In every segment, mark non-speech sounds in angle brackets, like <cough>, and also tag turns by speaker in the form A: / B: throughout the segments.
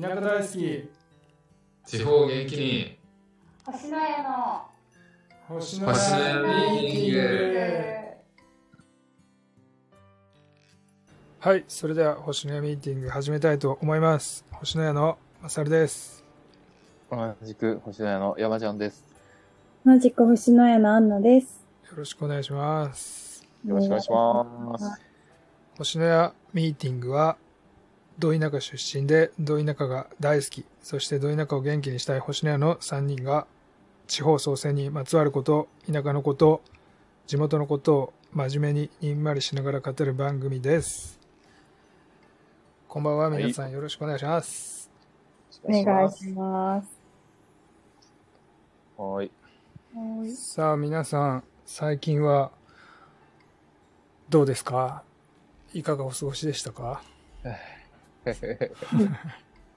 A: 田舎大好き
B: 地方元気に
C: 星の家の
A: 星
B: 野星
C: ミ
B: 野ミーティング
A: はいそれでは星のやミーティング始めたいと思います星のやのまさるです
D: 同じく星野屋の山ちゃんです。
E: 同じく星のやのアンナです。
A: よろしくお願いします
D: よろしくお願いします。
A: 星のやミーティングはど田舎出身でど田舎が大好きそしてど田舎を元気にしたい星のやの3人が地方創生にまつわること田舎のこと地元のことを真面目ににんまりしながら語る番組ですこんばんは
D: はい
A: 皆さん、よろしくお願いします
E: お願いします。
D: はーい。
A: さあ皆さん最近はどうですかいかがお過ごしでしたか
D: <laughs>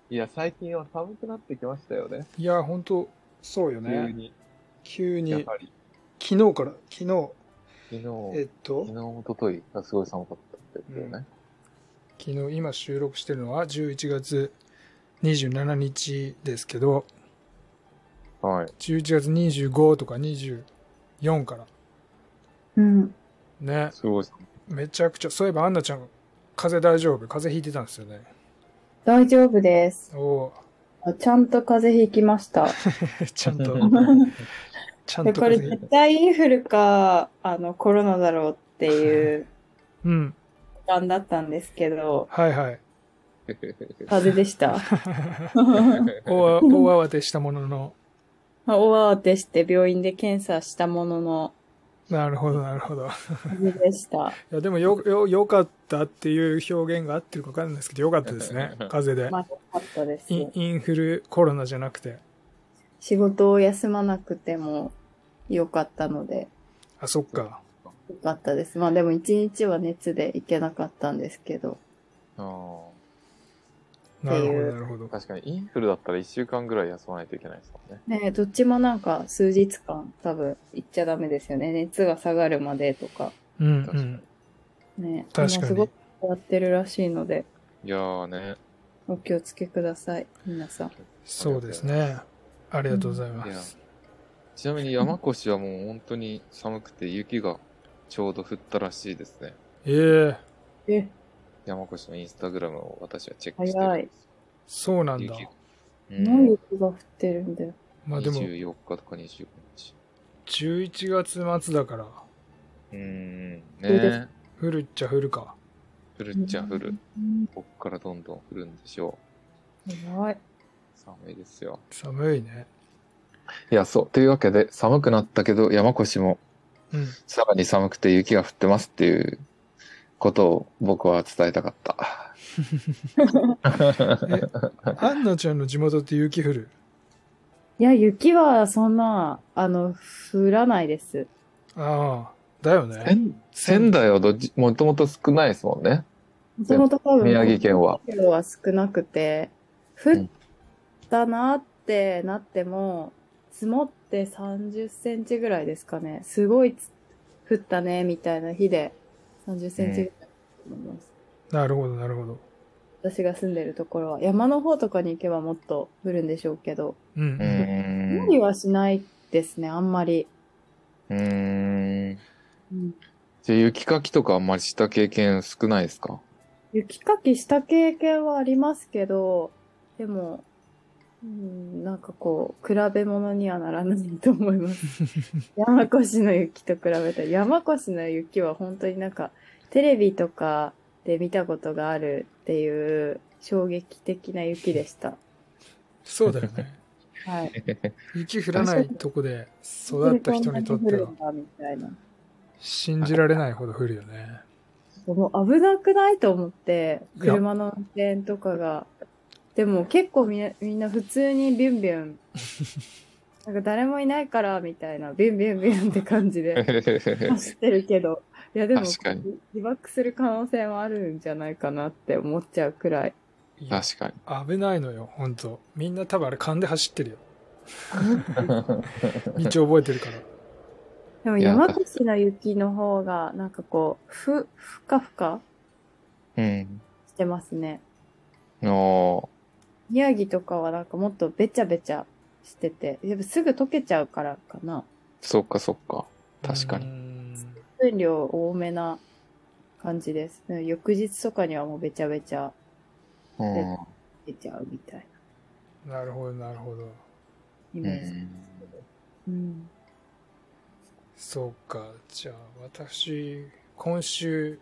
D: いや、最近は寒くなってきましたよね。
A: いや本当そうよ
D: 急
A: ね
D: に。
A: 急
D: や
A: に
D: はり。
A: 昨日から昨日
D: 昨日、
A: えっと
D: 昨日、おとといがすごい寒かったですよね。
A: 昨日今収録してるのは11月27日ですけど
D: はい。
A: 11月25とか24から
E: うん。
A: ね
D: すごい寒い。
A: めちゃくちゃそういえばアンナちゃん風邪大丈夫風邪ひいてたんですよね
E: 大丈夫です。
A: おお
E: ちゃんと風邪ひきました。
A: ー <laughs> ちゃん
D: <laughs>
A: とちゃん
E: で
A: と
E: これ
A: 風邪ひい
E: 絶対インフルか、あの、コロナだろうっていう
A: うん
E: 感だったんですけど、
A: はいはい
E: 風邪
A: <laughs>
E: でした。
A: 大あ大慌てしたものの
E: 大慌てして病院で検査したものの、
A: なるほどなるほどい
E: 風邪でした。
A: やでもよよよかったっていう表現が合ってるか分かんないですけどよかったです
D: <laughs>
A: ね風邪で、
E: まあ、よかったです
A: イン。インフルコロナじゃなくて
E: 仕事を休まなくてもよかったので、
A: あそっか
E: よかったです。まあでも一日は熱で行けなかったんですけど、
D: <laughs> あー
A: なるほ
E: ってい
A: ど
E: う
A: なるほど
D: 確かに、インフルだったら1週間ぐらい休まないといけないですもんね。
E: ねえ、どっちもなんか数日間多分行っちゃダメですよね。熱が下がるまでとか。
A: うんう
D: 確かに
A: ん
E: ね
A: 確
E: え
A: かに
E: 今すごくやってるらしいので、
D: いやーね。
E: お気をつけください。皆さん。
A: そうですねありがとうございま
D: いや
A: す、
D: ちなみに山越はもう本当に寒くて雪がちょうど降ったらしいですね。
A: ええ
E: え、
D: 山越のインスタグラムを私はチェックしてるんです。
A: そうなんだ
D: 雪が。うん
E: 何雪が降ってるんだよ。
A: まあでも
D: 24日とか25日。
A: 11月末だから
D: うーん、ね
E: そうです
D: え。
A: 降るっちゃ降るか
D: 降るっちゃ降
E: う
D: る
E: ん。。うん
D: こっからどんどん降るんでしょ
E: やばい。
D: う。寒いですよ。
A: 寒いね
D: いや、そう。というわけで、寒くなったけど、山越も
A: うん
D: さらに寒くて雪が降ってますっていうことを僕は伝えたかった。
A: アンナちゃんの地元って雪降る
E: いや、雪はそんな、あの、降らないです。
A: ああだよね
D: 仙仙台はどっちもともと少ないですもんね。
E: もともと多分、
D: 宮城県は。
E: 量は少なくて、降ったなってなっても、積もって30センチぐらいですかね。すごいつ降ったね、みたいな日で、30センチぐらいだと思います。
A: なるほどなるほど
E: 私が住んでるところは、山の方とかに行けばもっと降るんでしょうけど、
A: う
D: うんー
E: 無
D: ん。
E: 理
D: う
E: はしないですね、あんまり。
D: ーん。じゃあ雪かきとかあんまりした経験少ないですか
E: 雪かきした経験はありますけど、でも、うん、なんかこう、比べ物にはならないと思い
A: <laughs>
E: ます。山越の雪と比べたら、山越の雪は本当になんか、テレビとかで見たことがあるっていう衝撃的な雪でした。
A: そうだよね
E: はい。
A: 雪降らないとこで育った人にと
E: <laughs>
A: っては
E: こんなに降るんだみたいな。
A: 信じられないほど降るよね
E: もう危なくないと思って、車の運転とかが。でも結構みんなみんな普通にビュンビュ
D: <laughs>
E: ン。なんか誰もいないからみたいな、ビュンビュンビュンって感じで走ってるけど。いやでも、
D: 確かに
E: 自爆する可能性もあるんじゃないかなって思っちゃうくらい。
A: いや
D: <laughs> 確か
A: 危ないのよ本当みんな多分あれ勘で走
D: <laughs>
A: ってるよ道覚えてるから
E: でも
D: いや
E: 山口の雪の方が、なんかこう、ふ、ふかふか
D: に。
E: してますね。
D: うん。おー
E: 宮城とかはなんかもっとべちゃべちゃしてて、やっぱすぐ溶けちゃうからかな。
D: そっかそっか。確かに
A: に。
E: 水分量多めな感じです。翌日とかにはもうべちゃべちゃ
D: うん。
E: 出ちゃうみたい
A: なるほど、なるほど。
E: なイ
D: う
E: メージ。
D: ん。
E: うん。
A: そうか。じゃあ、私、今週、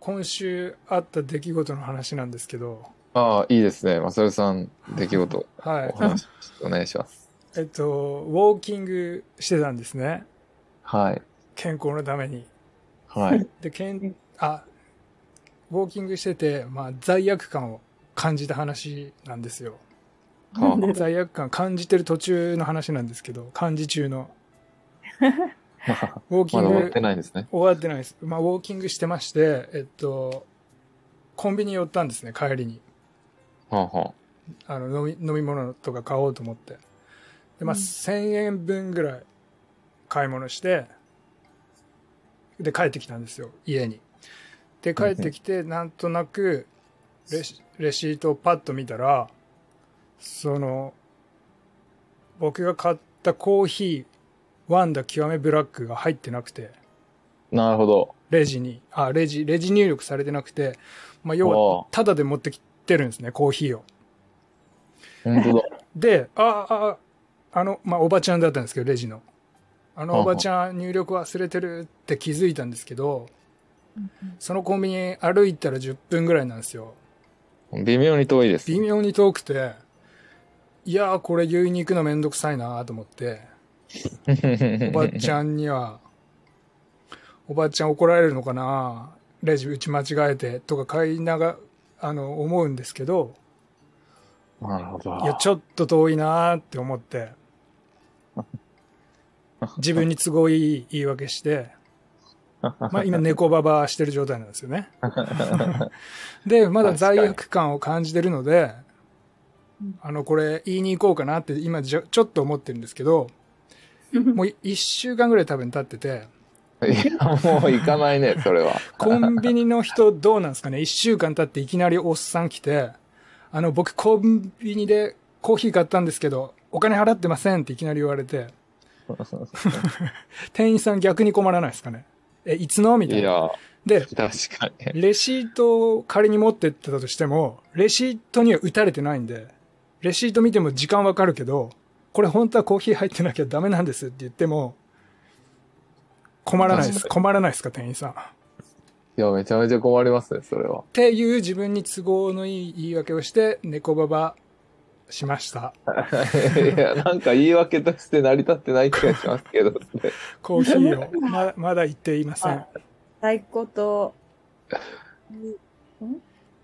A: 今週あった出来事の話なんですけど、
D: ああ、いいですね。マサルさん、出来事、
A: は
D: お
A: い。
D: 話、お願いします。
A: えっと、ウォーキングしてたんですね。
D: はい。
A: 健康のために。 <laughs>
D: はい。
A: で、けん、あ、ウォーキングしてて、まあ、罪悪感を感じた話なんですよ。
D: は <laughs>
A: 罪悪感感じてる途中の話なんですけど、感じ中
D: <laughs>
A: の。
D: あ、
A: ウォーキ
D: ま
A: ン
D: だ
A: グ、
D: 終わってないんですね。
A: 終わってないです。まあ、ウォーキングしてまして、えっと、コンビニ寄ったんですね、帰りに。
D: はあ、は
A: あの、飲み、飲み物とか買おうと思って。で、まあ、
E: うん
A: 1000円分ぐらい買い物して、で、帰ってきたんですよ、家に。で、帰ってきて、なんとなく、レシレシートをパッと見たら、その、僕が買ったコーヒー、ワンダ極めブラックが入ってなくて、
D: あ。なるほど。
A: レジに、あ、レジ、レジ入力されてなくて、まあ、要は、
D: ああ、
A: タダで持ってきてるんですね、コーヒーを。
D: 本当だ。
A: で、ああ、ああの、まあ、おばちゃんだったんですけど、レジの。あ
D: は
A: の
D: あ
A: おばちゃん入力忘れてるって気づいたんですけど、そのコンビニ歩いたら10分ぐらいなんですよ。
D: 微妙に遠いです。
A: 微妙に遠くて、いやーこれ言いに行くのめんどくさいなーと思
D: <laughs>
A: って、おばちゃんには、おばちゃん怒られるのかなレジ打ち間違えてとか買いながあの、思うんですけど、
D: なるほど。
A: いや、ちょっと遠いなーって思って、自分に都合いい言い訳して、まあ今猫ババしてる状態なんですよね。で、まだ罪悪感を感じてるので
E: うん、
A: あの、これ言いに行こうかなって今じょちょっと思ってるんですけど、もう一週間ぐらい多分経ってて、
D: いや、もう行かな
A: <laughs>
D: いね、それは。
A: コンビニの人どうなんですかね一週間経っていきなりおっさん来て、あの、僕コンビニでコーヒー買ったんですけど、お金払ってませんっていきなり言われて、店員さん逆に困らないですかねえ、いつのみた
D: い
A: いな。
D: や、
A: で、
D: 確かに。
A: レシートを仮に持ってってたとしても、レシートには打たれてないんで、レシート見ても時間わかるけど、これ本当はコーヒー入ってなきゃダメなんですって言っても、困らないです。
D: 確
A: 困らないですか、店員さん。っ
D: いや、めちゃめちゃ困りますね、それは。
A: ていう自分に都合のいい言い訳をして、猫ババしました。
D: いや、なんか言い訳として成り立ってない気がしますけど、ね、
A: コーヒー <laughs> を、ま、まだ言っていません。
E: 太鼓と、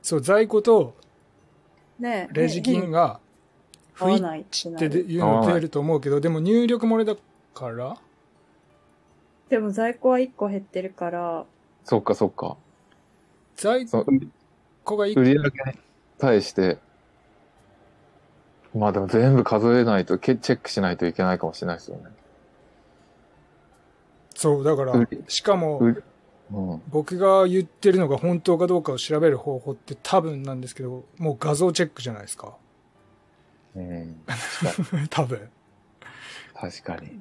A: そう、在庫と
E: ね
A: レジ金が、不
E: 合わ
A: 一
E: ない
A: 致っ
E: な
A: て
E: いで
A: いうの出ると思うけど、でも入力漏れだから、
E: も在庫は1個減ってるから、
D: そっかそっか。
A: 在
D: その
A: 庫がい
D: 売り上げに対して、まあでも全部数えないと、けチェックしないといけないかもしれないですよね。
A: そう、だから
D: 売り、
A: しかも
D: 売、りうん。
A: 僕が言ってるのが本当かどうかを調べる方法って多分なんですけど、もう画像チェックじゃないですか。 <laughs>
D: うん。
A: 多分。
D: 確かに。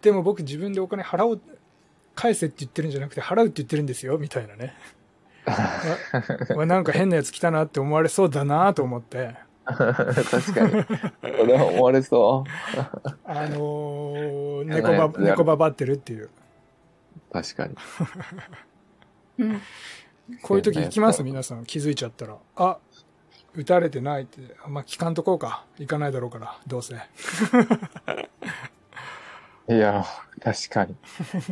A: でも僕自分でお金払おう、返せって言ってるんじゃなくて払うって言ってるんですよ、みたいな
D: <laughs>
A: ね。わわなんか変なやつ来たなって思われそうだなと思って。
D: <laughs> 確かに。それは思われそ
A: あの
D: <laughs>
A: ー、
D: や
A: 猫ば、
D: ばいやつやる
A: 猫ばばってるっていう。
D: う。確かに。
E: うん。
A: こういう時行きます
D: 変な
A: 皆さん気づいちゃったら。あ、撃たれてないって。あまあ、聞かんとこうか。行かないだろうから、どうせ。
D: いや、確かに。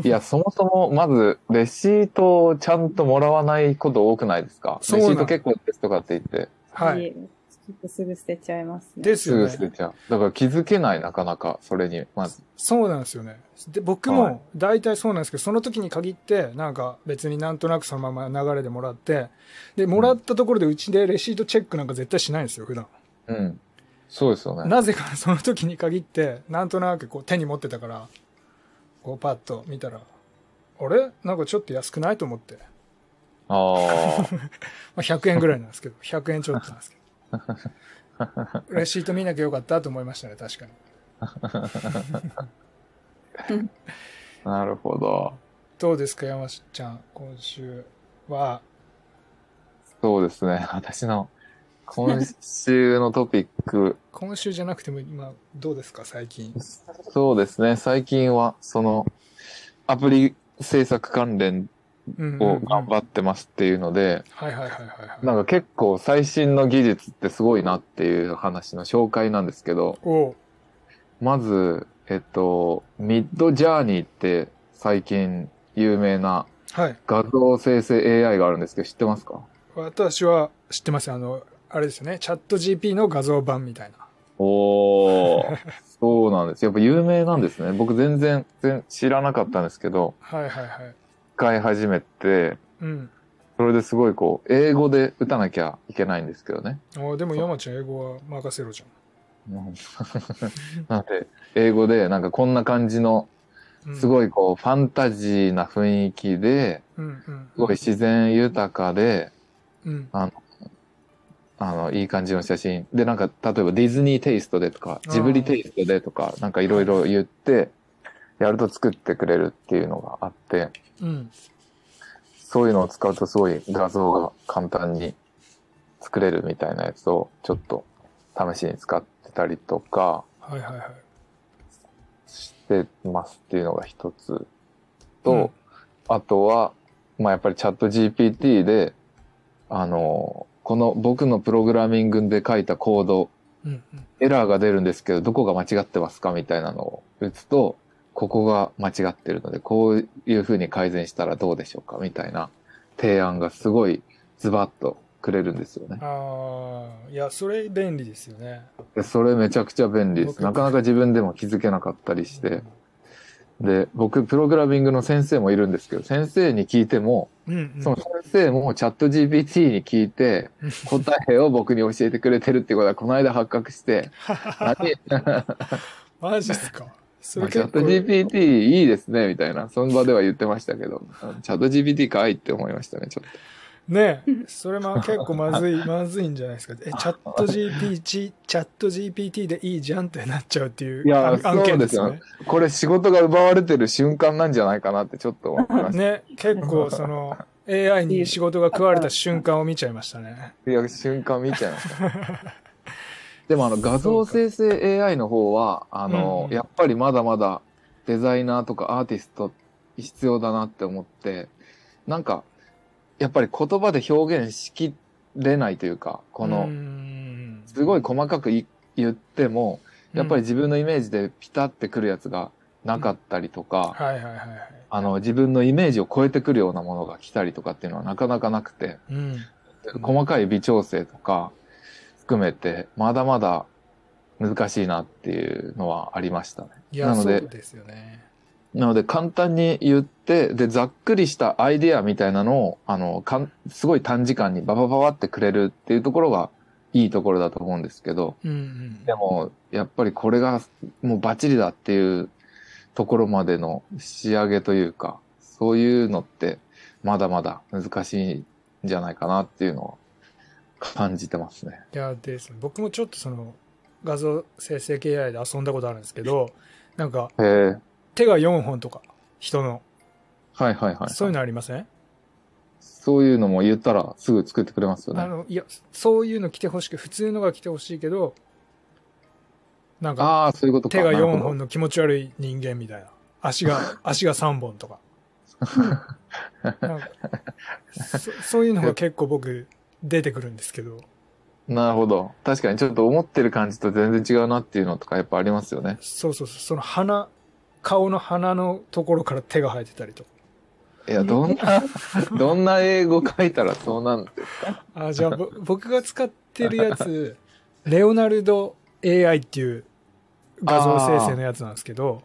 D: いや、そもそも、まず、レシートをちゃんともらわないこと多くないですか
A: そう
D: レ
A: なの
D: シート結構ですとかって言って、
A: はい。
E: ちょっとすぐ捨てちゃいますね。
A: です
D: す
A: よ
D: ぐ捨て
A: ね。
D: ちゃう。だから気づけない、なかなか、それに、まず。
A: そうなんですよね。で、僕
D: はい
A: も大体そうなんですけど、その時に限って、なんか別になんとなくそのまま流れでもらって、で、もらったところでうちでレシートチェックなんか絶対しないんですよ、普段。
D: うん。そうですよね。
A: なぜかその時に限って、なんとなくこう手に持ってたから、こうパッと見たら、あれなんかちょっと安くないと思って。
D: ああ。
A: ま
D: <laughs>
A: あ、100円ぐらいなんですけど、100円ちょっとなんですけど。レシート見なきゃよかったと思いましたね、確かに。
D: なるほど。
A: どうですか、山ちゃん、今週は。
D: そうですね。 <laughs> 私の今週のトピック、
A: 今週じゃなくても今、どうですか、最近。
D: そうですね。最近は、その、アプリ制作関連
A: うんうんう
D: を
A: ん
D: 頑張ってますっていうので、
A: はいはいはいはいはい。
D: なんか結構最新の技術ってすごいなっていう話の紹介なんですけど、
A: おう
D: まず、えっと、ミッドジャーニーって最近有名な
A: はい。
D: 画像生成 AI があるんですけど、知ってますか
A: 私は知ってますよあの、あれですよね。チャット GP の画像版みたいな。
D: おー、そうなんです。やっぱ有名なんですね。僕全然全知らなかったんですけど、
A: はいはいはい。
D: 使い始めて、
A: うん。
D: それですごいこう、英語で打たなきゃいけないんですけどね。 <laughs>
A: あでも山ちゃん、英語は任せろじ
D: うんなんで、英語でなんかこんな感じの、
A: ゃん。うん、
D: す
A: い。
D: ごいこう、ファンタジーな雰囲気で、
A: うんうん。
D: すごい自然豊かで、
A: うん。
D: あの、いい感じの写真。で、なんか、例えばディズニーテイストでとか、ジブリテイストでとか、なんかいろいろ言って、やると作ってくれるっていうのがあって、
A: うん。
D: そういうのを使うとすごい画像が簡単に作れるみたいなやつをちょっと試しに使ってたりとか
A: はいはいはい。
D: してますっていうのが一つと、
A: うん
D: あとは、まあやっぱりチャット GPT で、あの、この僕のプログラミングで書いたコード、
A: うんうん。
D: エラーが出るんですけど、どこが間違ってますかみたいなのを打つと、ここが間違ってるので、こういう風に改善したらどうでしょうかみたいな提案がすごいズバッとくれるんですよね。
A: ああ、いや、それ便利ですよね。
D: でそれめちゃくちゃ便利です。
A: 僕
D: なかなか自分でも気づけなかったりして。で、僕、プログラミングの先生もいるんですけど、先生に聞いても、
A: うんうん。
D: その先生もチャット GPT に聞
A: <laughs>
D: いて
A: うん、
D: 答えを僕に教えてくれてるってことは、この間発
A: <laughs>
D: 覚して、何
A: マジっすか。そ
D: ま
A: れ
D: あチャ
A: 結
D: ット
A: 構。
D: GPT いいですね、みたいな。その場では言ってましたけど、チャット GPT かいって思いましたね、ちょっ
A: ねえ、それも結構まず
D: <laughs>
A: い、まずいんじゃないですか。え、チャット GPT、チャット GPT でいいじゃんってなっちゃうっていう
D: いや
A: あ案件ですよ
D: そう
A: ね
D: で。と。これ仕事が奪われてる瞬間なんじゃないかなってちょっと思いまし
A: <laughs> ね、結構その AI に仕事が食われた瞬間を見ちゃいましたね。
D: た。いや、瞬間見ちゃいました。
A: <laughs>
D: でもあの、画像生成 AI の方は、あの
A: う、んうん
D: やっぱりまだまだデザイナーとかアーティスト必要だなって思って、なんか、やっぱり言葉で表現しきれないというか、こ
A: う
D: の、
A: ん
D: すごい細かくい言っても、やっぱり、自分のイメージでピタってくるやつがなかったりと
A: うん
D: か、
A: はいはいはいはい。
D: あの、自分のイメージを超えてくるようなものが来たりとかっていうのはなかなかなくて、
A: うん。うん
D: 細かい微調整とか含めて、まだまだ難しいなっていうのはありましたね。
A: いや、
D: なの
A: そ
D: で
A: うですよね。
D: なので簡単に言って、で、ざっくりしたアイディアみたいなのを、あの、かんすごい短時間にババババってくれるっていうところがいいところだと思うんですけど、
A: うんうん。
D: でも、やっぱりこれがもうバッチリだっていうところまでの仕上げというか、そういうのってまだまだ難しいんじゃないかなっていうのを感じてますね。
A: いやですね、僕もちょっとその画像生成 AI で遊んだことあるんですけど、なんか
D: へえ。
A: 手が4本とか、人の、
D: はいはいはい。
A: そういうのありません、
D: そういうのも言ったらすぐ作ってくれますよ
A: あ
D: ね。
A: の、いや、そういうの来てほしく、普通のが来てほしいけど、なんか、
D: ああ、そういうことか。
A: 手が
D: なるほ
A: 4
D: ど
A: 本の気持ち悪い人間みたいな。足
D: <laughs>
A: が、足が3本とか。なんかそそういうのが結構僕、出てくるんですけど。
D: なるほど。確かにちょっと思ってる感じと全然違うなっていうのとかやっぱありますよね。
A: そうそうそう、その鼻、顔の鼻のところから手が生えてたりとか。
D: いや、どん
A: <laughs>
D: な、どんな英語書いたらそうなん
A: あ、じゃあ
D: <laughs>
A: ぼ僕が使ってるやつ、レオナルド AI っていう画像生成のやつなんですけど、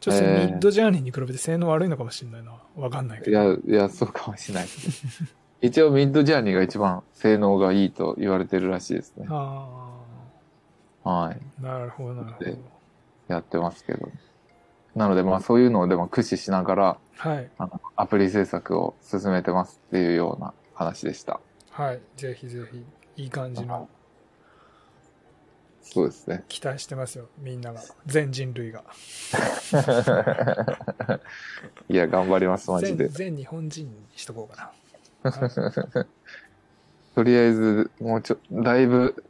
A: ちょっとその
D: え
A: ミ
D: ー
A: ッドジャーニーに比べて性能悪いのかもしれないな。わかんないけ
D: い
A: ど。
D: や、いや、そうかもしれないですね。一応、ミッドジャーニーが一番性能がいいと言われてるらしいですね。
A: あ
D: はい。
A: あ、なるほど、なるほど
D: で。やってますけど。なので、まあ、そういうのをでも駆使しながら、
A: はい、
D: あの、アプリ制作を進めてますっていうような話でした。
A: はい。ぜひぜひ、いい感じの
D: そうです
A: <laughs>
D: ね。
A: 期待してますよ、みんなが。全人類が。
D: いや、頑張ります、マジで
A: 全。全日本人にしとこうか
D: <laughs> とりあえず、もうちょ、だいぶ、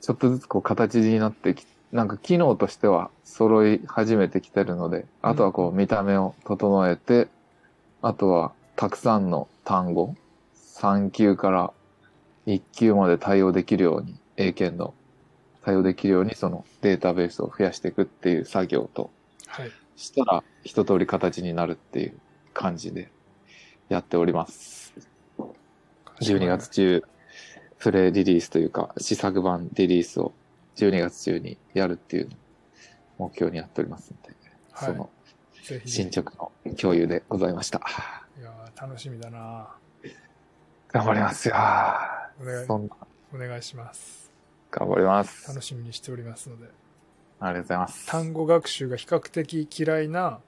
D: ちょっとずつこう形になってき、なんか機能としては揃い始めてきてるので、あとはこう見た目を整えて、あとはたくさんの単語、3級から1級まで対応できるように、英検の対応できるようにそのデータベースを増やしていくっていう作業と、
A: な。はい。
D: したら一通り形になるっていう感じでやっております。12月。中、プレリリースというか、試作版リリースを12月中にやるっていうのを目標にやっておりますので、
A: はい
D: その
A: ぜひ。
D: 進捗の共有でございました。
A: いやー楽しみだな
D: 頑張りますよ。
A: お願い
D: そんな、
A: お願いします。
D: 頑張ります。
A: 楽しみにしておりますので。
D: ありがとうございます。
A: 単語学習が比較的嫌いな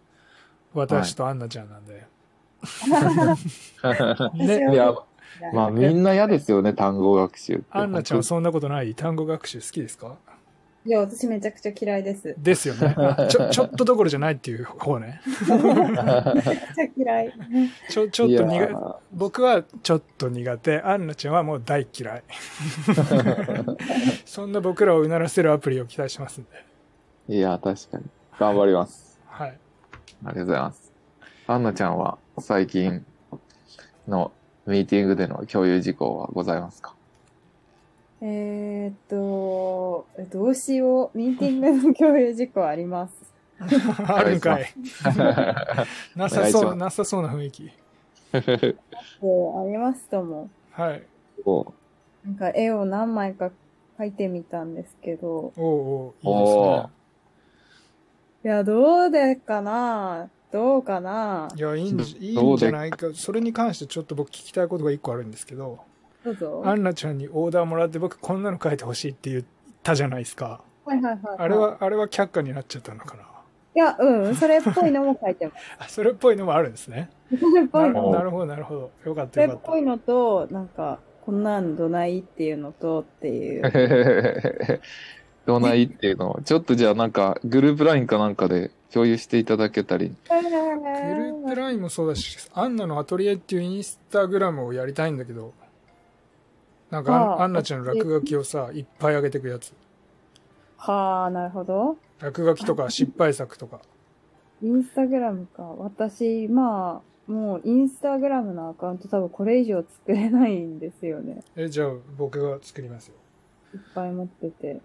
A: 私とアンナちゃんなんで。ね。 <laughs>
D: いや、まあみんな嫌ですよね、単語学習って。
A: アンナちゃんは
D: 本
A: そんなことない単語学習好きですか
E: いや、私めちゃくちゃ嫌いです。
A: ですよね。あち
D: <laughs>
A: ょ、ちょっとどころじゃないっていう方ね。
E: めちゃくちゃ嫌い。
A: ちょ、ち
D: 当
A: ょっ
D: に
A: と
D: いや
A: 苦、僕はちょっと苦手。アンナちゃんはもう大嫌
D: <laughs>
A: い。そんな僕らをうならせるアプリを期待しますんで。
D: いや、確かに。頑張ります。
A: はい。
D: ありがとうございます。アンナちゃんは最近のミーティングでの共有事項はございますか
E: えーっと、どうしよう。ミーティングの共有事項あります。
A: あるんかい。なさ
D: お願いし
A: そ
D: ま
A: う、
D: す
A: なさそうな雰囲気。
E: でありますとも。
A: はい。
D: <laughs> お
E: なんか絵を何枚か描いてみたんですけど。
A: おうおう
D: おう
E: いや、どうでかなどうかない
A: いですね。いや、いいんじい
D: ど
A: いん
D: う
A: じ
D: で
A: ゃないか。それに関してちょっと僕聞きたいことが一個あるんですけど、
E: どうぞ。
A: アンナちゃんにオーダーもらって僕こんなの書いてほしいって言ったじゃないですか。
E: はいはいいい
A: あれは、あれは却下になっちゃったのかな。
E: いや、うん、それっぽいのも書いて
A: <laughs>
E: ます。
A: あそれっぽいのもあるんですね。
E: それっぽ
A: ないる
E: の。
D: お
A: なるほど、なるほど。よかっ
E: そ
A: た、
E: れ
A: よか
E: っ
A: った
E: ぽ。いのと、なんか、こんなんどないっていうのとっていう。
D: ーどないっていうのをちょっとじゃあなんかグループラインかなんかで共有していただけたり。
E: グル
A: グループラインもそうだし、アンナのアトリエっていうインスタグラムをやりたいんだけど、なんか
E: あ
A: アン
E: あ
A: アンナちゃんの落書きをさ、いっぱい上げてくやつ。
E: はあ、なるほど。
A: 落書きとか失敗作とか。
E: インスタグラムか。私、まあ、もうインスタグラムのアカウント多分これ以上作れないんですよね。
A: え、じゃあ僕が作りますよ。
E: いっぱい持ってて。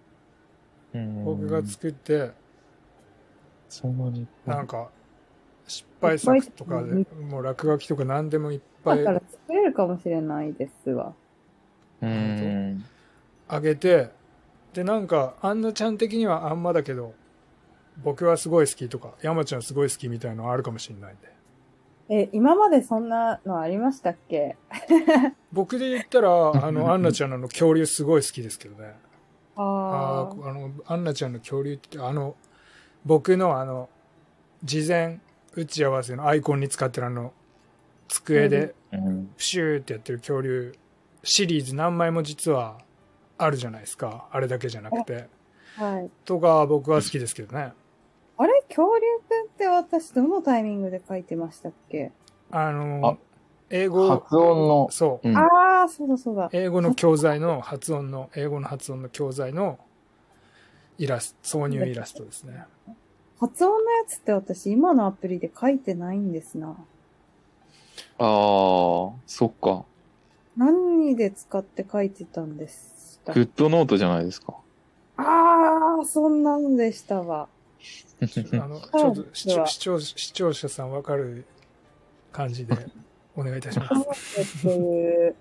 A: 僕が作って、
D: そんなに。
A: なんか、失敗作とかで
E: いっ、
A: もう落書きとか何でもいっぱ
E: だ
A: い
E: から作れるかもしれないですわ。
D: うん。
A: あげて、で、なんか、アンナちゃん的にはあんまだけど、僕はすごい好きとか、山ちゃんすごい好きみたいなのあるかもしれないんで。
E: え、今までそんなのありましたっけ
A: 僕で言ったら、あの、 <laughs> アンナちゃんのあの恐竜すごい好きですけどね。あ
E: あ
A: ーあの、アンナちゃんの恐竜って、あの、僕のあの、事前打ち合わせのアイコンに使ってるあの、机
E: う
A: で
D: うん
A: プシューってやってる恐竜シリーズ何枚も実はあるじゃないですか。あれだけじゃなくて。
E: あ。はい。
A: とか僕は好きですけどね。
E: あれ恐竜くんって私どのタイミングで書いてましたっけ、
A: あの、英語、
D: 発音の、
A: そうう、
D: ん
E: ああ、そうだそうだ。
A: 英語の教材の発音の、英語の発音の教材のイラスト、挿入イラストですね。
E: 発音のやつって私今のアプリで書いてないんですな。
D: ああ、そっか。
E: 何で使って書いてたんですか
D: グッドノートじゃないですか。
E: ああ、そんなんでしたわ。
A: あの、ちょっと視聴視聴視聴者さんわかる感じでお願いいたします。 <laughs>
E: っていう。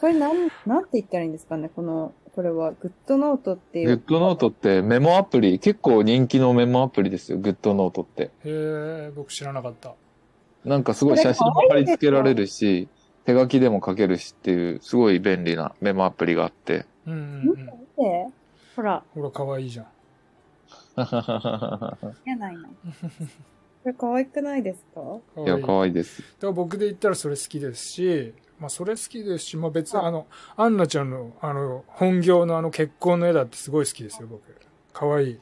E: これなん、なんて言ったらいいんですかねこの、これは、グッドノートってい
D: グッ
E: う。
D: ドノートってメモアプリ、結構人気のメモアプリですよ、グッドノートって。
A: へえ、僕知らなかった。
D: なんかすごい写真も貼り付けられるし、手書きでも書けるしっていう、すごい便利なメモアプリがあ <laughs> って。
A: うんうんうん。
E: 見てほら、
A: ほら、可愛いじゃん。
D: い
E: 見えな
A: <laughs>
E: いな。これ可愛くないですか
A: 可愛い
D: や、可愛いです。
A: だから僕で言ったらそれ好きですし、まあ、それ好きですし、まあ、別にあの、アンナちゃんの、あの、本業のあの結婚の絵だってすごい好きですよ、僕。かわいい。
D: い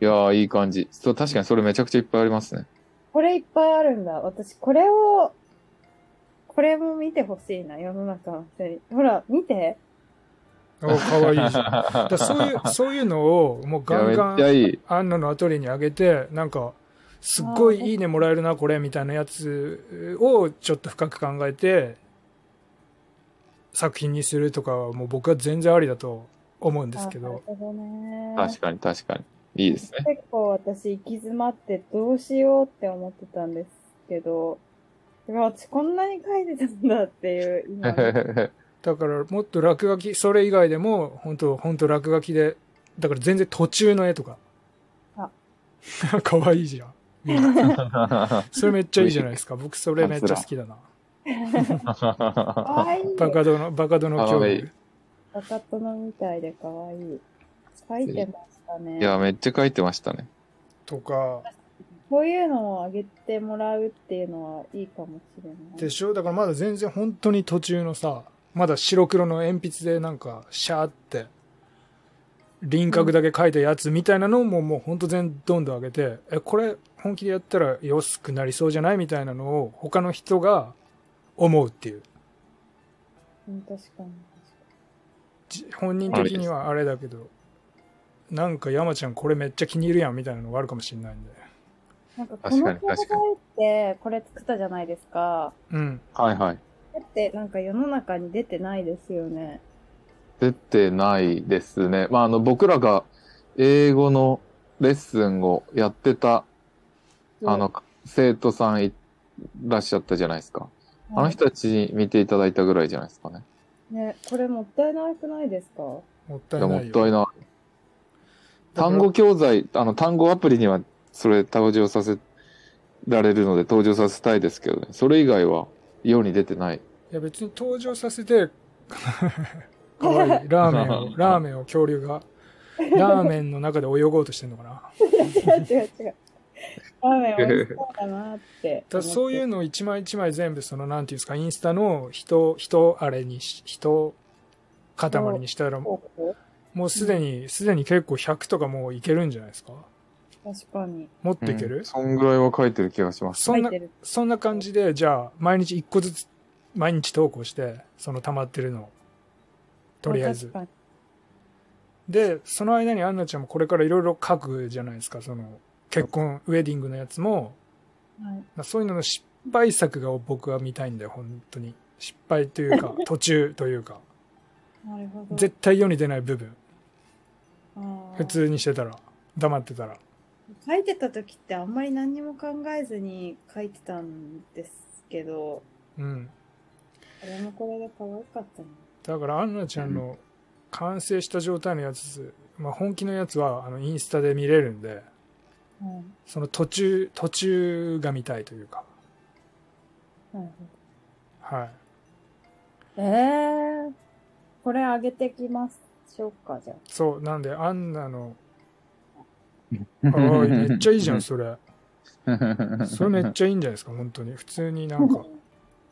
D: やー、いい感じ。そう、確かにそれめちゃくちゃいっぱいありますね。
E: これいっぱいあるんだ。私、これを、これも見てほしいな、世の中の人に。ほら、見て。
A: おかわいいじ
D: <laughs>
A: ゃん。だからそういう、そういうのを、もう
D: いや
A: ガンガ
D: めっちゃ
A: ン、
D: いい。
A: アンナのアトリエにあげて、なんか、すっごいいいねもらえるな、これ、みたいなやつをちょっと深く考えて、作品にするとかは、もう僕は全然ありだと思うんですけ
E: あな
A: ど
E: る。ほどね。
D: 確かに確かに。い
A: <laughs>
D: いですね。
E: 結構私行き詰まってどうしようって思ってたんですけど、でも私こんなに書いてたんだっていう、
D: <laughs>
E: 今
A: だからもっと落書き、それ以外でも、本当本当落書きで、だから全然途中の絵とか。 <laughs>
E: あ
A: かわいいじゃん。それめっちゃいいじゃないですか。僕それめっちゃ好きだな。
E: かわいい。
A: バカ殿、バカ殿恐
D: かわ
A: 竜。
D: いい
E: バカ殿みたいでかわいい。書いてましたね。
D: いや、めっちゃ書いてましたね。
A: とか、
E: こういうのをあげてもらうっていうのはいいかもしれない。
A: でしょだからまだ全然本当に途中のさ、まだ白黒の鉛筆でなんか、シャーって、輪郭だけ描いたやつみたいなのももう本当全どんどん上げて、え、これ本気でやったら安くなりそうじゃないみたいなのを他の人が思うっていう。
E: うん確かに。
A: じ本人的にはあれだけど、なんか山ちゃんこれめっちゃ気に入るやんみたいなのがあるかもしれないんで。
E: なんかこの
D: 確かに
E: 表
D: 確
E: 題
D: かに
E: ってこれ作ったじゃないですか。
A: うん。
D: はいはい。
E: だってなんか世の中に出てないですよね。
D: 出てないですね。まあ、あの、僕らが英語のレッスンをやってた、あの、生徒さんいらっしゃったじゃないですか。
E: うん、
D: あの人たちに見ていただいたぐらいじゃないですかね。
E: ね、これもったいなくないですか <laughs>
A: もっ
D: い
A: たい
D: や、
A: ない
D: も
A: よ。
D: ったいない。
A: だから
D: 単語教材、あの、単語アプリにはそれ登場させられるので登場させたいですけどね。それ以外は世に出てない。
A: いや別に登場させて、 <laughs> かわいい。ラーメ
D: <laughs>
A: ンを、ラーメンを恐竜が、ラーメンの中で泳ごうとしてんのかな。だか
E: 違う違う。ラーメ
D: <laughs>
E: ン美味しそうだなって。
A: らそういうのを一枚一枚全部その、なんていうんですか、インスタの人、人あれにし、人塊にしたら、も
E: 方法
A: うすでに、すでに結構100とかもういけるんじゃないですか
E: 確かに。
A: もっといける、
D: うんそんぐらいは書いてる気がします。
A: そんな
E: 書いてる
A: そんな感じで、じゃあ、毎日一個ずつ、毎日投稿して、その溜まってるのを。とりあえず
E: 確。かに
A: で、その間にアンナちゃんもこれからいろいろ書くじゃないですか、その、結婚、ウェディングのやつも、
E: はい
A: まあそういうのの失敗作が僕は見たいんだよ、本当に。失敗というか、途中というか、
E: なるほど。
A: 絶対世に出ない部分。
E: あー
A: 普。通にしてたら、黙ってたら。
E: 書いてた時ってあんまり何にも考えずに書いてたんですけど、
A: うん。
E: これもこれで可愛かったな。
A: だから、アンナちゃんの完成した状態のやつ、まあ本気のやつは、あの、インスタで見れるんで、
E: はい。
A: その途中、途中が見たいというか、
E: なる
A: はい。
E: ほど。えー、これあげてきましょうか、じゃあ。
A: そう、なんで、アンナの、おい、めっちゃいいじゃん、それ。それめっちゃいいんじゃないですか、本当に。普通になん
D: <laughs>
A: か、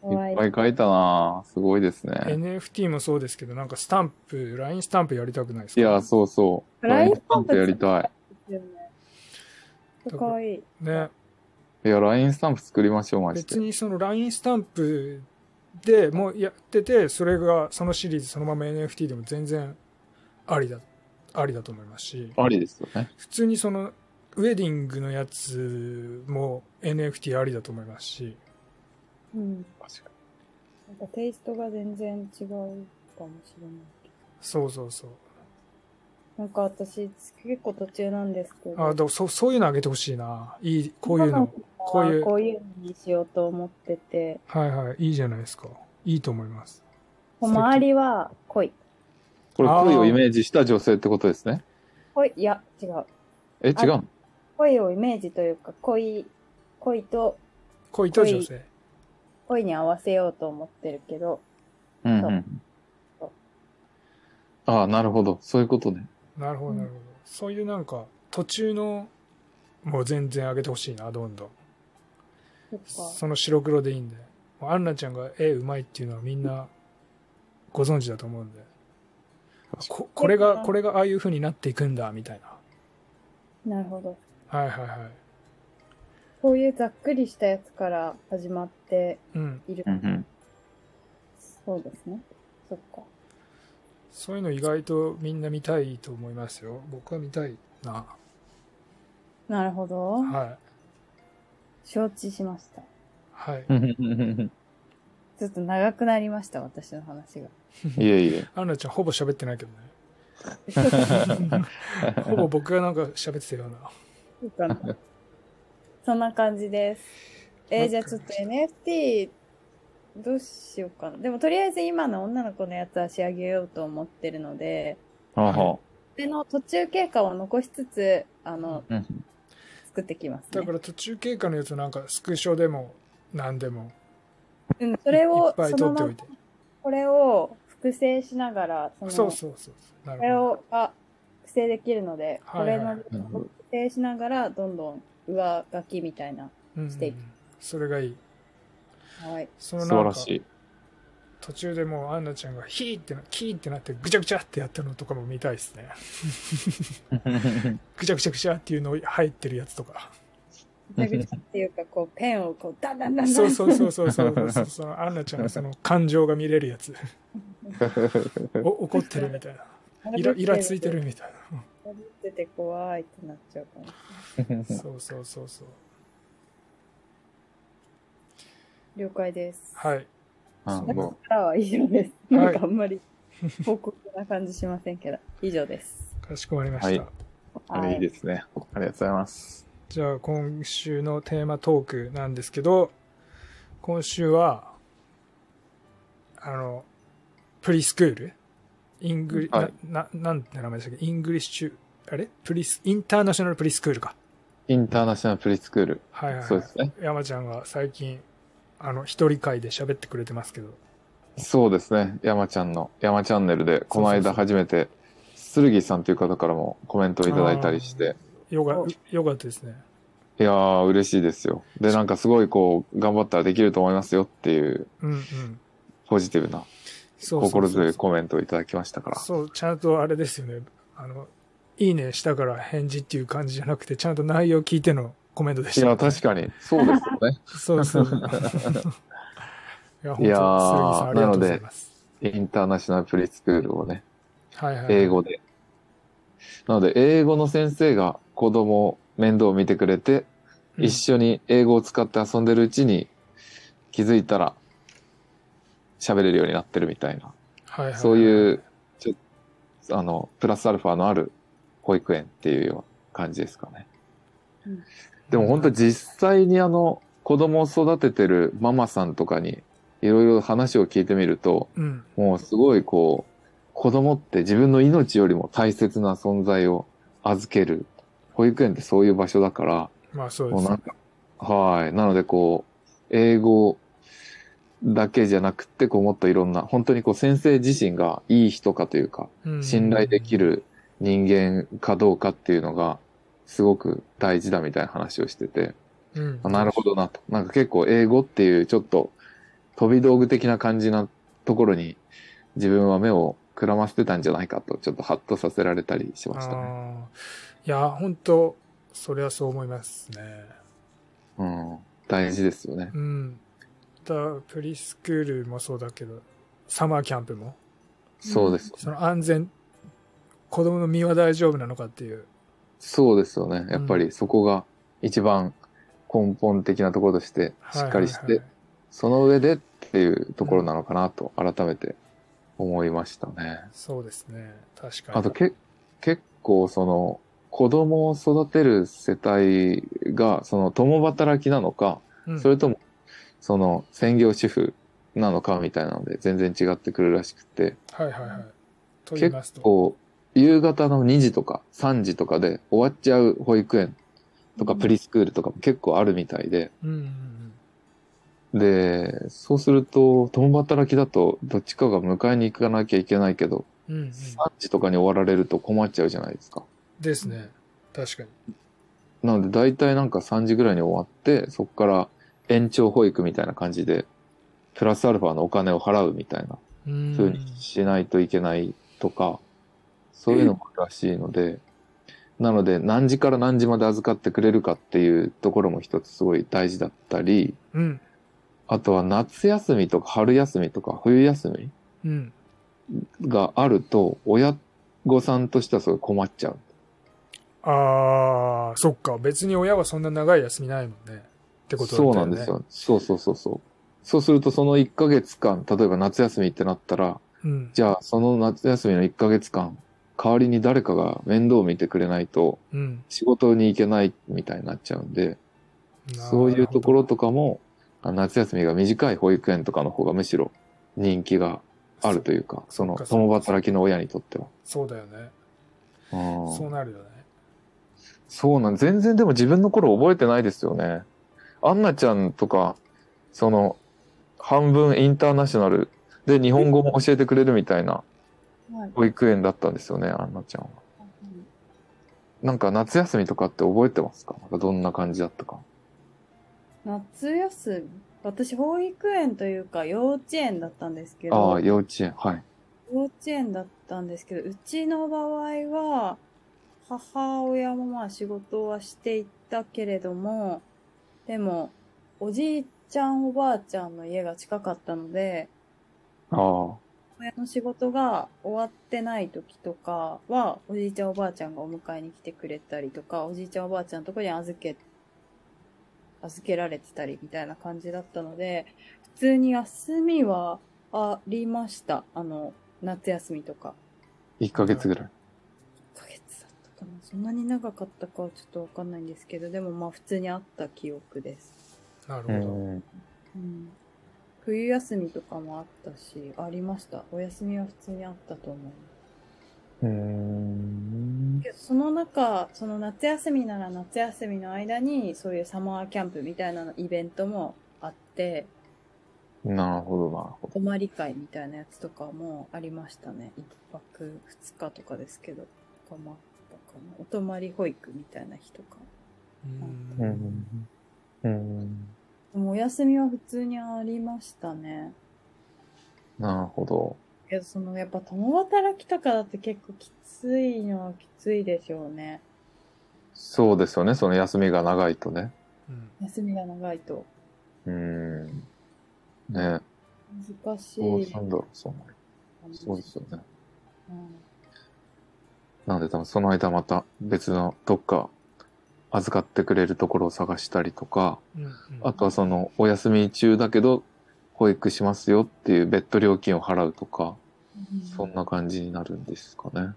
E: 可愛
D: いっぱい書いたなぁすごいですね。
A: NFT もそうですけど、なんかスタンプ、LINE スタンプやりたくないです
D: い
A: か
D: や、そうそう。
E: ライ
D: LINE
E: ン
D: スタンプやりたい。
E: いですよね。可愛い。
A: ね。
D: いや、LINE スタンプ作りましょう、マジ
A: 別
D: で。
A: にその LINE スタンプでもうやってて、それが、そのシリーズそのまま NFT でも全然ありだ、ありだと思いますし、
D: ありですよね。
A: 普通にその、ウェディングのやつも NFT ありだと思いますし、
E: うん。
D: 確か
E: なんかテイストが全然違うかもしれない。
A: そうそうそう。
E: なんか私、結構途中なんですけど。
A: あ、だからそう、そういうのあげてほしいな。いい、こういうの。こういう
E: こういうのにしようと思ってて。
A: はいはい、いいじゃないですか。いいと思います。
E: 周りは恋。
D: これ、
A: あー
D: 恋をイメージした女性ってことですね。
E: 恋、いや、違う。
D: え、違うの
E: 恋をイメージというか、恋、恋と、
A: こういった女性。
E: 恋に合わせようと思ってるけど、
D: うん。
E: そううん
D: ああ、なるほど。そういうことね。
A: なるほど、
E: うん
A: なるほど。そういうなんか、途中の、もう全然上げてほしいな、どんどん。
E: そっか。
A: その白黒でいいんで。もうアンナちゃんが絵うまいっていうのはみんなご存知だと思うんで。ここれが、これがああいう風になっていくんだ、みたい
E: なるほど。
A: な。はいはいはい。
E: こういうざっくりしたやつから始まって
A: うん。
E: いる
D: う。んうん
E: そうですね。そっか。
A: そういうの意外とみんな見たいと思いますよ。僕は見たいな。
E: なるほど。
A: はい。
E: 承知しました。
A: はい。
D: うん
E: ちょっと長くなりました、私の
A: <laughs>
E: 話が。
D: いえいえ。
A: アンナちゃんほぼ喋ってないけど
E: <laughs>
A: ね。ほぼ僕がなんか喋ってたような。
E: よかったそんな感じです。えーじゃあちょっと NFT、どうしようかな。でもとりあえず今の女の子のやつは仕上げようと思ってるので、
D: ほうほ
E: それの途中経過を残しつつ、あの、
D: う。うん
E: 作ってきます、
A: だ
E: ね
A: か。ら途中経過のやつなんかスクショでも何でも
E: うん、
A: い
E: それ
A: い
E: を
A: っ、ぱい
E: そ
A: 撮
E: の
A: って
E: ま
A: お
E: ま
A: い、て。
E: これを複製しながら、その、
A: そうそうそうそう。な
E: これ
A: るほ
E: を、が複製できるので、
A: はいはい
E: これの、複製しながら、どんどん上書きみたいな。
A: ど。うんうん
E: していく
A: それがいい。
E: はい。
A: その
D: 素
A: な
D: 晴
A: ん
D: ら
A: か
D: しい。
A: 途中でもうアンナちゃんがヒーってな、キーってなってぐちゃぐちゃってやったのとかも見たいです
D: <laughs>
A: ね。ぐちゃぐちゃぐちゃっていうの入ってるやつとか。
E: ぐちゃぐちゃっていうか、こう、ペンをこう、ダンダンダンダン
A: そうそうそうそうそうそうそのアンナちゃんのその感情が見れるやつ
D: <laughs>
A: お怒ってるみたいなイライラついて。るみたい
E: ダブってて怖いってなっちゃうかも。
A: なそうそうそうそう
E: 了解です。
A: はい
D: なるほど。
E: からは以上です。
A: はい
E: なんかあんまり報告な感じしませんけど、以上です。
A: かしこまりました、
D: はいあ
E: は
D: れいい
E: い。
D: ですね。ありがとうございます。
A: じゃあ今週のテーマトークなんですけど今週はあのプリスクールイングリ、
D: はい
A: なななんて名前でしたっけイングリッシュあれプリスインターナショナルプリスクールか
D: インターナショナルプリスクール。
A: はいはい、はい、
D: そうですね。
A: 山ちゃんが最近あの一人会で喋ってくれてますけど
D: そうですね。山ちゃんの、山チャンネルで、この
A: そうそうそう
D: 間初めて、剣さんという方からもコメントをいただいたりして、
A: よが
E: お
A: よかったですね
D: いやー、嬉しいですよ。で、なんかすごいこう、頑張ったらできると思いますよっていう、
A: うんうん
D: ポジティブな、
A: そうそう
D: 心強い
A: そう
D: コメントをいただきましたから。
A: そうちゃんとあれですよねあのいいねしたから返事っていう感じじゃなくてちゃんと内容聞いてのコメントでし
D: い
A: た、
D: や、確かに、そうですよね。 <laughs>
A: そうそういや本当
D: いやー
A: 鈴木さんありがとうございます
D: インターナショナルプリスクールをね、
A: はいはい
D: 英語で。なので、英語の先生が子供を面倒を見てくれて、
A: うん
D: 一緒に英語を使って遊んでるうちに気づいたら喋れるようになってるみたいな、
A: はいはい
D: そういう、ちょあの、プラスアルファのある保育園っていうような感じですかね
E: うん。
D: でも本当実際にあの、子供を育ててるママさんとかにいろいろ話を聞いてみると、
A: うん
D: もうすごいこう、子供って自分の命よりも大切な存在を預ける。保育園ってそういう場所だから、
A: まあそうで
D: もう
A: す
D: なんか、はい。なのでこう、英語だけじゃなくて、こうもっといろんな、本当にこう先生自身がいい人かというか、
A: うん
D: 信頼できる人間かどうかっていうのが、すごく大事だみたいな話をしてて、
A: うん
D: あなるほどなと。なんか結構英語っていうちょっと飛び道具的な感じなところに自分は目をくらませてたんじゃないかとちょっとハッとさせられたりしましたね。
A: あーいや本当それはそう思いますね
D: うん、大事ですよね。
A: うん。だプリスクールもそうだけど、サマーキャンプも、
D: そうですよね。
A: その安全、子供の身は大丈夫なのかっていう。
D: そうですよね。やっぱりそこが一番根本的なところとしてしっかりして、
A: はいはいはい
D: その上でっていうところなのかなと改めて思いましたね。
A: そうですね。確かに。
D: あとけ結構その子供を育てる世帯がその共働きなのか、
A: うん
D: それともその専業主婦なのかみたいなので全然違ってくるらしくて
A: はいはいはい。と言います
D: 結
A: と。
D: 構夕方の2時とか3時とかで終わっちゃう保育園とかプリスクールとかも結構あるみたいで、
A: うんうんうん。
D: でそうすると共働きだとどっちかが迎えに行かなきゃいけないけど
A: うんうん、
D: 3時とかに終わられると困っちゃうじゃないですか。
A: ですね。確かに。
D: なので大体なんか3時ぐらいに終わって、そこから延長保育みたいな感じで、プラスアルファのお金を払うみたいな
A: う
D: 風
A: ん
D: にしないといけないとか、そういうのもらしいので、なので何時から何時まで預かってくれるかっていうところも一つすごい大事だったり、
A: うん
D: あとは夏休みとか春休みとか冬休み
A: うん
D: があると、親御さんとしてはすごい困っちゃう。
A: ああそっか別に親はそんな長い休みないもんねってことだった
D: そ
A: よ
D: う
A: ね
D: なんですよ。そうそうそうそう。そうするとその1ヶ月間、例えば夏休みってなったら、
A: うん
D: じゃあその夏休みの1ヶ月間、代わりに誰かが面倒を見てくれないと
A: うん
D: 仕事に行けないみたいになっちゃうんで、そういうところとかも、あ夏休みが短い保育園とかの方がむしろ人気があるというか、その
A: そっか
D: 共働きの親にとっては。
A: そうだよね
D: うん
A: そうなるよね
D: そうなん、全然でも自分の頃覚えてないですよね。アンナちゃんとか、その、半分インターナショナルで日本語も教えてくれるみたいな
E: はい
D: 保育園だったんですよね、アンナちゃんは。なんか夏休みとかって覚えてますかなんかどんな感じだったか。
E: 夏休み私、保育園というか、幼稚園だったんですけ
D: あ
E: ど
D: あ、、幼稚園、はい。
E: 幼稚園だったんですけど、うちの場合は、母親もまあ仕事はしていたけれども、でも、おじいちゃんおばあちゃんの家が近かったので、
D: ああ、
E: 親の仕事が終わってない時とかは、おじいちゃんおばあちゃんがお迎えに来てくれたりとか、おじいちゃんおばあちゃんのとこに預け、預けられてたりみたいな感じだったので、普通に休みはありました。あの、夏休みとか。
D: 1ヶ月ぐらい。
E: 1ヶ月だったかな。そんなに長かったかはちょっとわかんないんですけど、でもまあ普通にあった記憶です。
A: なるほ
D: う
A: ど、
D: ん。
E: うん。冬休みとかもあったし、ありました。お休みは普通にあったと思います。
D: うん。
E: けどその中、その夏休みなら夏休みの間に、そういうサマーキャンプみたいなイベントもあって、
D: なるほど、なるほど。
E: 泊まり会みたいなやつとかもありましたね。一泊二日とかですけど、とかもあったかな。お泊まり保育みたいな日とか。
A: うん
D: うん。うん。
E: でもお休みは普通にありましたね。
D: なるほど。
E: けど、その、やっぱ共働きとかだって結構きついのはきついでしょうね。
D: そうですよね、その休みが長いとね。
A: うん
E: 休みが長いと。
D: うん。ね
E: 難しい。
D: どうしたんだろう、そんな。そうですよね。
E: うん
D: なんで多分その間また別のどっか預かってくれるところを探したりとか、
A: うんうん
D: あとはそのお休み中だけど保育しますよっていう別途料金を払うとか、そんな感じになるんですかね。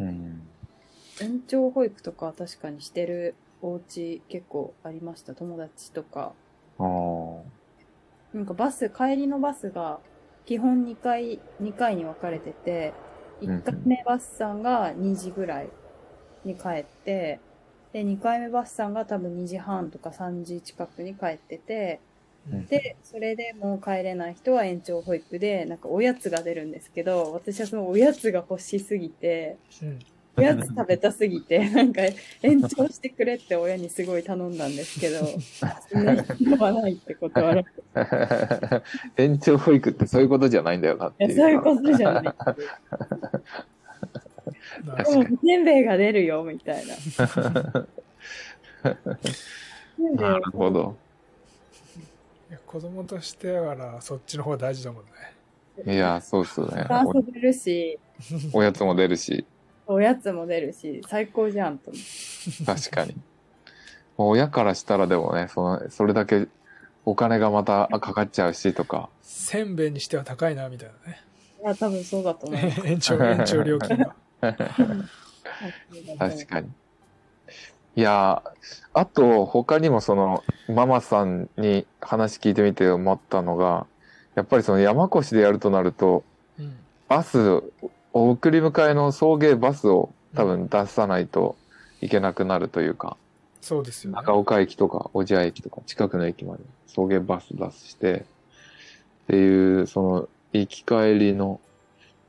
A: うん
D: うん。
E: 延長保育とかは確かにしてるお家結構ありました友達とか
D: ああ。
E: なんかバス帰りのバスが基本2回2回に分かれてて
D: うんうん
E: 1回目バスさんが2時ぐらいに帰ってで2回目バスさんが多分2時半とか3時近くに帰ってて
A: うん
D: <laughs>
E: でそれでもう帰れない人は延長保育でなんかおやつが出るんですけど私はそのおやつが欲しすぎて
A: うん
E: おやつ食べたすぎて、 <laughs> なんか延長してくれって親にすごい頼んだんです
D: <laughs>
E: けど、そんなのはないってことは、い
D: 延長保育ってそういうことじゃないんだよなって
E: や
D: いう。
E: そういうことじゃない。
A: なるほ
E: でも、
A: ど
E: せんべいが出るよ、みたいな。せんべい
D: なるほど。
A: いや子供としてはらそっちの方が大事だもんね
D: いや、そうっすよね。
E: 遊べるし、
D: おおやつも出るし。
E: おやつも出るし、最高じゃんと思って。
D: 確かに。親からしたらでもね、その、それだけお金がまたかかっちゃうしとか。
A: せんべいにしては高いなみたい
E: いや、多分そうだと思
A: ない
D: <laughs>
A: ね延長延長料金が
E: ます。
D: 確かに。いやーあと他にもその、ママさんに話聞いてみて思ったのが、やっぱりその山越でやるとなると、
A: うん
D: バス、お送り迎えの送迎バスを多分出さないといけなくなるというか、
A: そうですよね
D: 中岡駅とか小千谷駅とか近くの駅まで送迎バス出して、っていう、その、行き帰りの、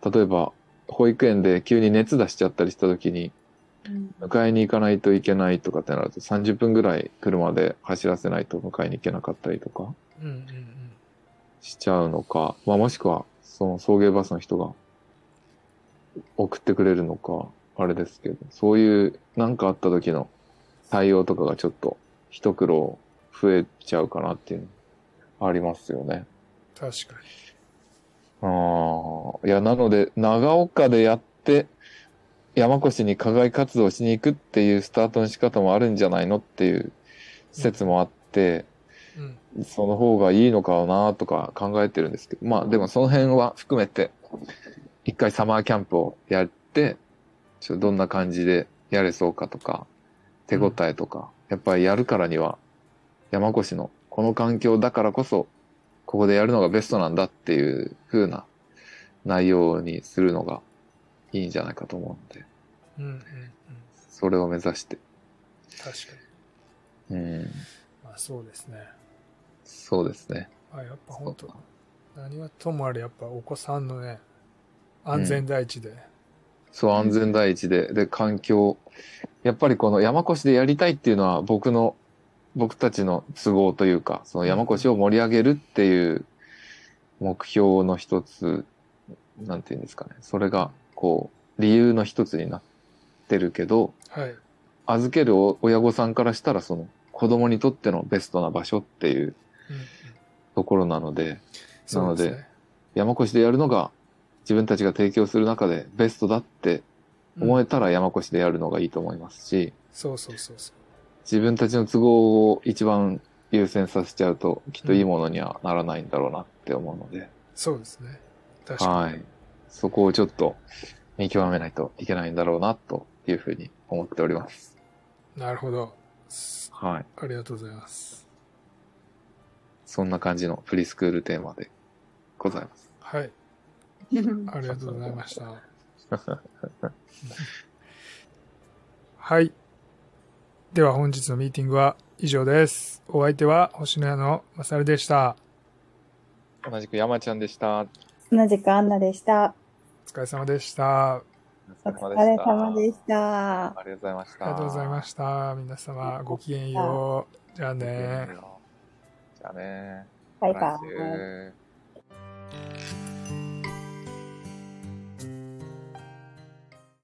D: 例えば、保育園で急に熱出しちゃったりした時に、
E: うん
D: 迎えに行かないといけないとかってなると30分ぐらい車で走らせないと迎えに行けなかったりとか
A: うんうん
D: しちゃうのか、まあ、もしくはその送迎バスの人が送ってくれるのかあれですけどそういう何かあった時の対応とかがちょっと一苦労増えちゃうかなっていうのありますよね。
A: 確かに。
D: ああ、いや、なので、長岡でやって、山越に課外活動しに行くっていうスタートの仕方もあるんじゃないのっていう説もあって、
A: うん。
D: その方がいいのかなとか考えてるんですけど、まあでもその辺は含めて、一回サマーキャンプをやって、ちょっとどんな感じでやれそうかとか、手応えとか、やっぱりやるからには、山越のこの環境だからこそ、ここでやるのがベストなんだっていう風な内容にするのがいいんじゃないかと思うんで、
A: うんうんうん。
D: それを目指して。
A: 確かに。
D: うん、
A: まあそうですね。
D: そうですね。
A: まあやっぱ本当何はともあれやっぱお子さんのね、安全第一で。
D: そう、安全第一で、で、環境。やっぱりこの山越でやりたいっていうのは僕の、僕たちの都合というか、その山越を盛り上げるっていう目標の一つ、なんていうんですかね。それが、こう、理由の一つになってるけど、
A: はい。
D: 預ける親御さんからしたら、その、子供にとってのベストな場所っていう
A: うんうん、
D: ところなので、
A: そうですね。
D: 山越でやるのが自分たちが提供する中でベストだって思
A: う
D: え
A: ん
D: たら山越でやるのがいいと思いますし、
A: そうそうそうそう。
D: 自分たちの都合を一番優先させちゃうと、きっといいものにはならないんだろうなって思うので、
A: そうですね。確かに。
D: はい。そこをちょっと見極めないといけないんだろうな、というふうに思っております。
A: なるほど。
D: はい。
A: ありがとうございます。
D: そんな感じのプリスクールテーマでございます。
A: はい。ありがとうございました。はい。では本日のミーティングは以上です。お相手は星野屋のまさるでした。
D: 同じく山ちゃんでした。
E: 同じくアンナでした。
A: お疲れ様でした。あ
E: お疲れ様でした。
D: ありがとうございました。
A: りがとうございました。皆様ごきげんよう。じゃあ
D: た
A: ね。
D: じゃあね。
E: バイバ
D: 来
E: イ。
D: 週